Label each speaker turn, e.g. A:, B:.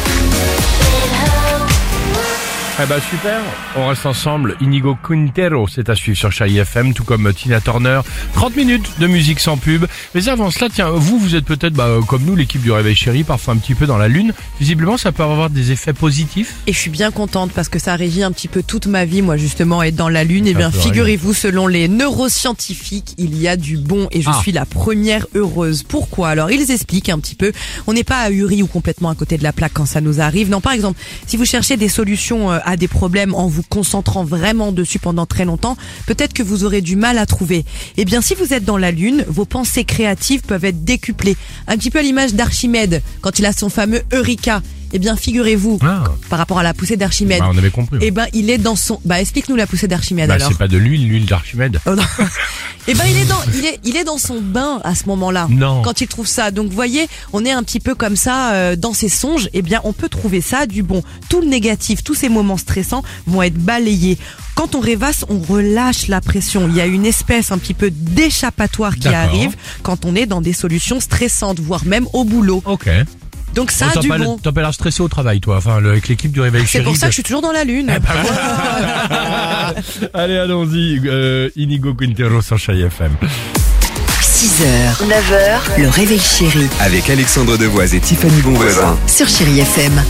A: Eh ben super, on reste ensemble. Inigo Quintero, c'est à suivre sur Chai FM, tout comme Tina Turner. 30 minutes de musique sans pub. Mais avant cela, tiens, vous, vous êtes peut-être bah, euh, comme nous, l'équipe du Réveil Chéri, parfois un petit peu dans la lune. Visiblement, ça peut avoir des effets positifs.
B: Et je suis bien contente parce que ça régit un petit peu toute ma vie, moi justement, être dans la Lune. Et
A: Ça
B: bien,
A: peut régler.
B: figurez-vous, selon les neuroscientifiques, il y a du bon et je
A: Ah.
B: suis la première heureuse. Pourquoi Alors, ils expliquent un petit peu. On n'est pas ahuri ou complètement à côté de la plaque quand ça nous arrive. Non, par exemple, si vous cherchez des solutions euh, à des problèmes en vous concentrant vraiment dessus pendant très longtemps, peut-être que vous aurez du mal à trouver. Eh bien, si vous êtes dans la Lune, vos pensées créatives peuvent être décuplées. Un petit peu à l'image d'Archimède, quand il a son fameux Eureka. Eh bien, figurez-vous,
A: Ah.
B: par rapport à la poussée d'Archimède.
A: Bah, on avait compris.
B: Eh ben, il est dans son. Bah, explique-nous la poussée d'Archimède
A: Bah,
B: alors.
A: c'est pas de l'huile, l'huile d'Archimède.
B: Oh, non. eh ben, il est dans, il est, il est dans son bain à ce moment-là.
A: Non.
B: Quand il trouve ça. Donc, vous voyez, on est un petit peu comme ça euh, dans ses songes. Eh bien, on peut trouver ça du bon. Tout le négatif, tous ces moments stressants vont être balayés. Quand on rêvasse, on relâche la pression. Il y a une espèce un petit peu d'échappatoire qui
A: D'accord.
B: arrive quand on est dans des solutions stressantes, voire même au boulot.
A: Ok.
B: Donc, ça
A: Oh,
B: a
A: t'as
B: du
A: pas
B: bon. Ah,
A: le- t'as pas l'air stressé au travail, toi, enfin, le- avec l'équipe du Réveil
B: C'est
A: Chéri.
B: pour ça
A: de-
B: que je suis toujours dans la lune.
A: Eh ben Allez, allons-y. Euh, Inigo Quintero sur Chai FM.
C: 6h, 9h, le réveil chéri
D: Avec Alexandre Devoise et Tiffany Bonvoisin.
C: sur Chéri FM.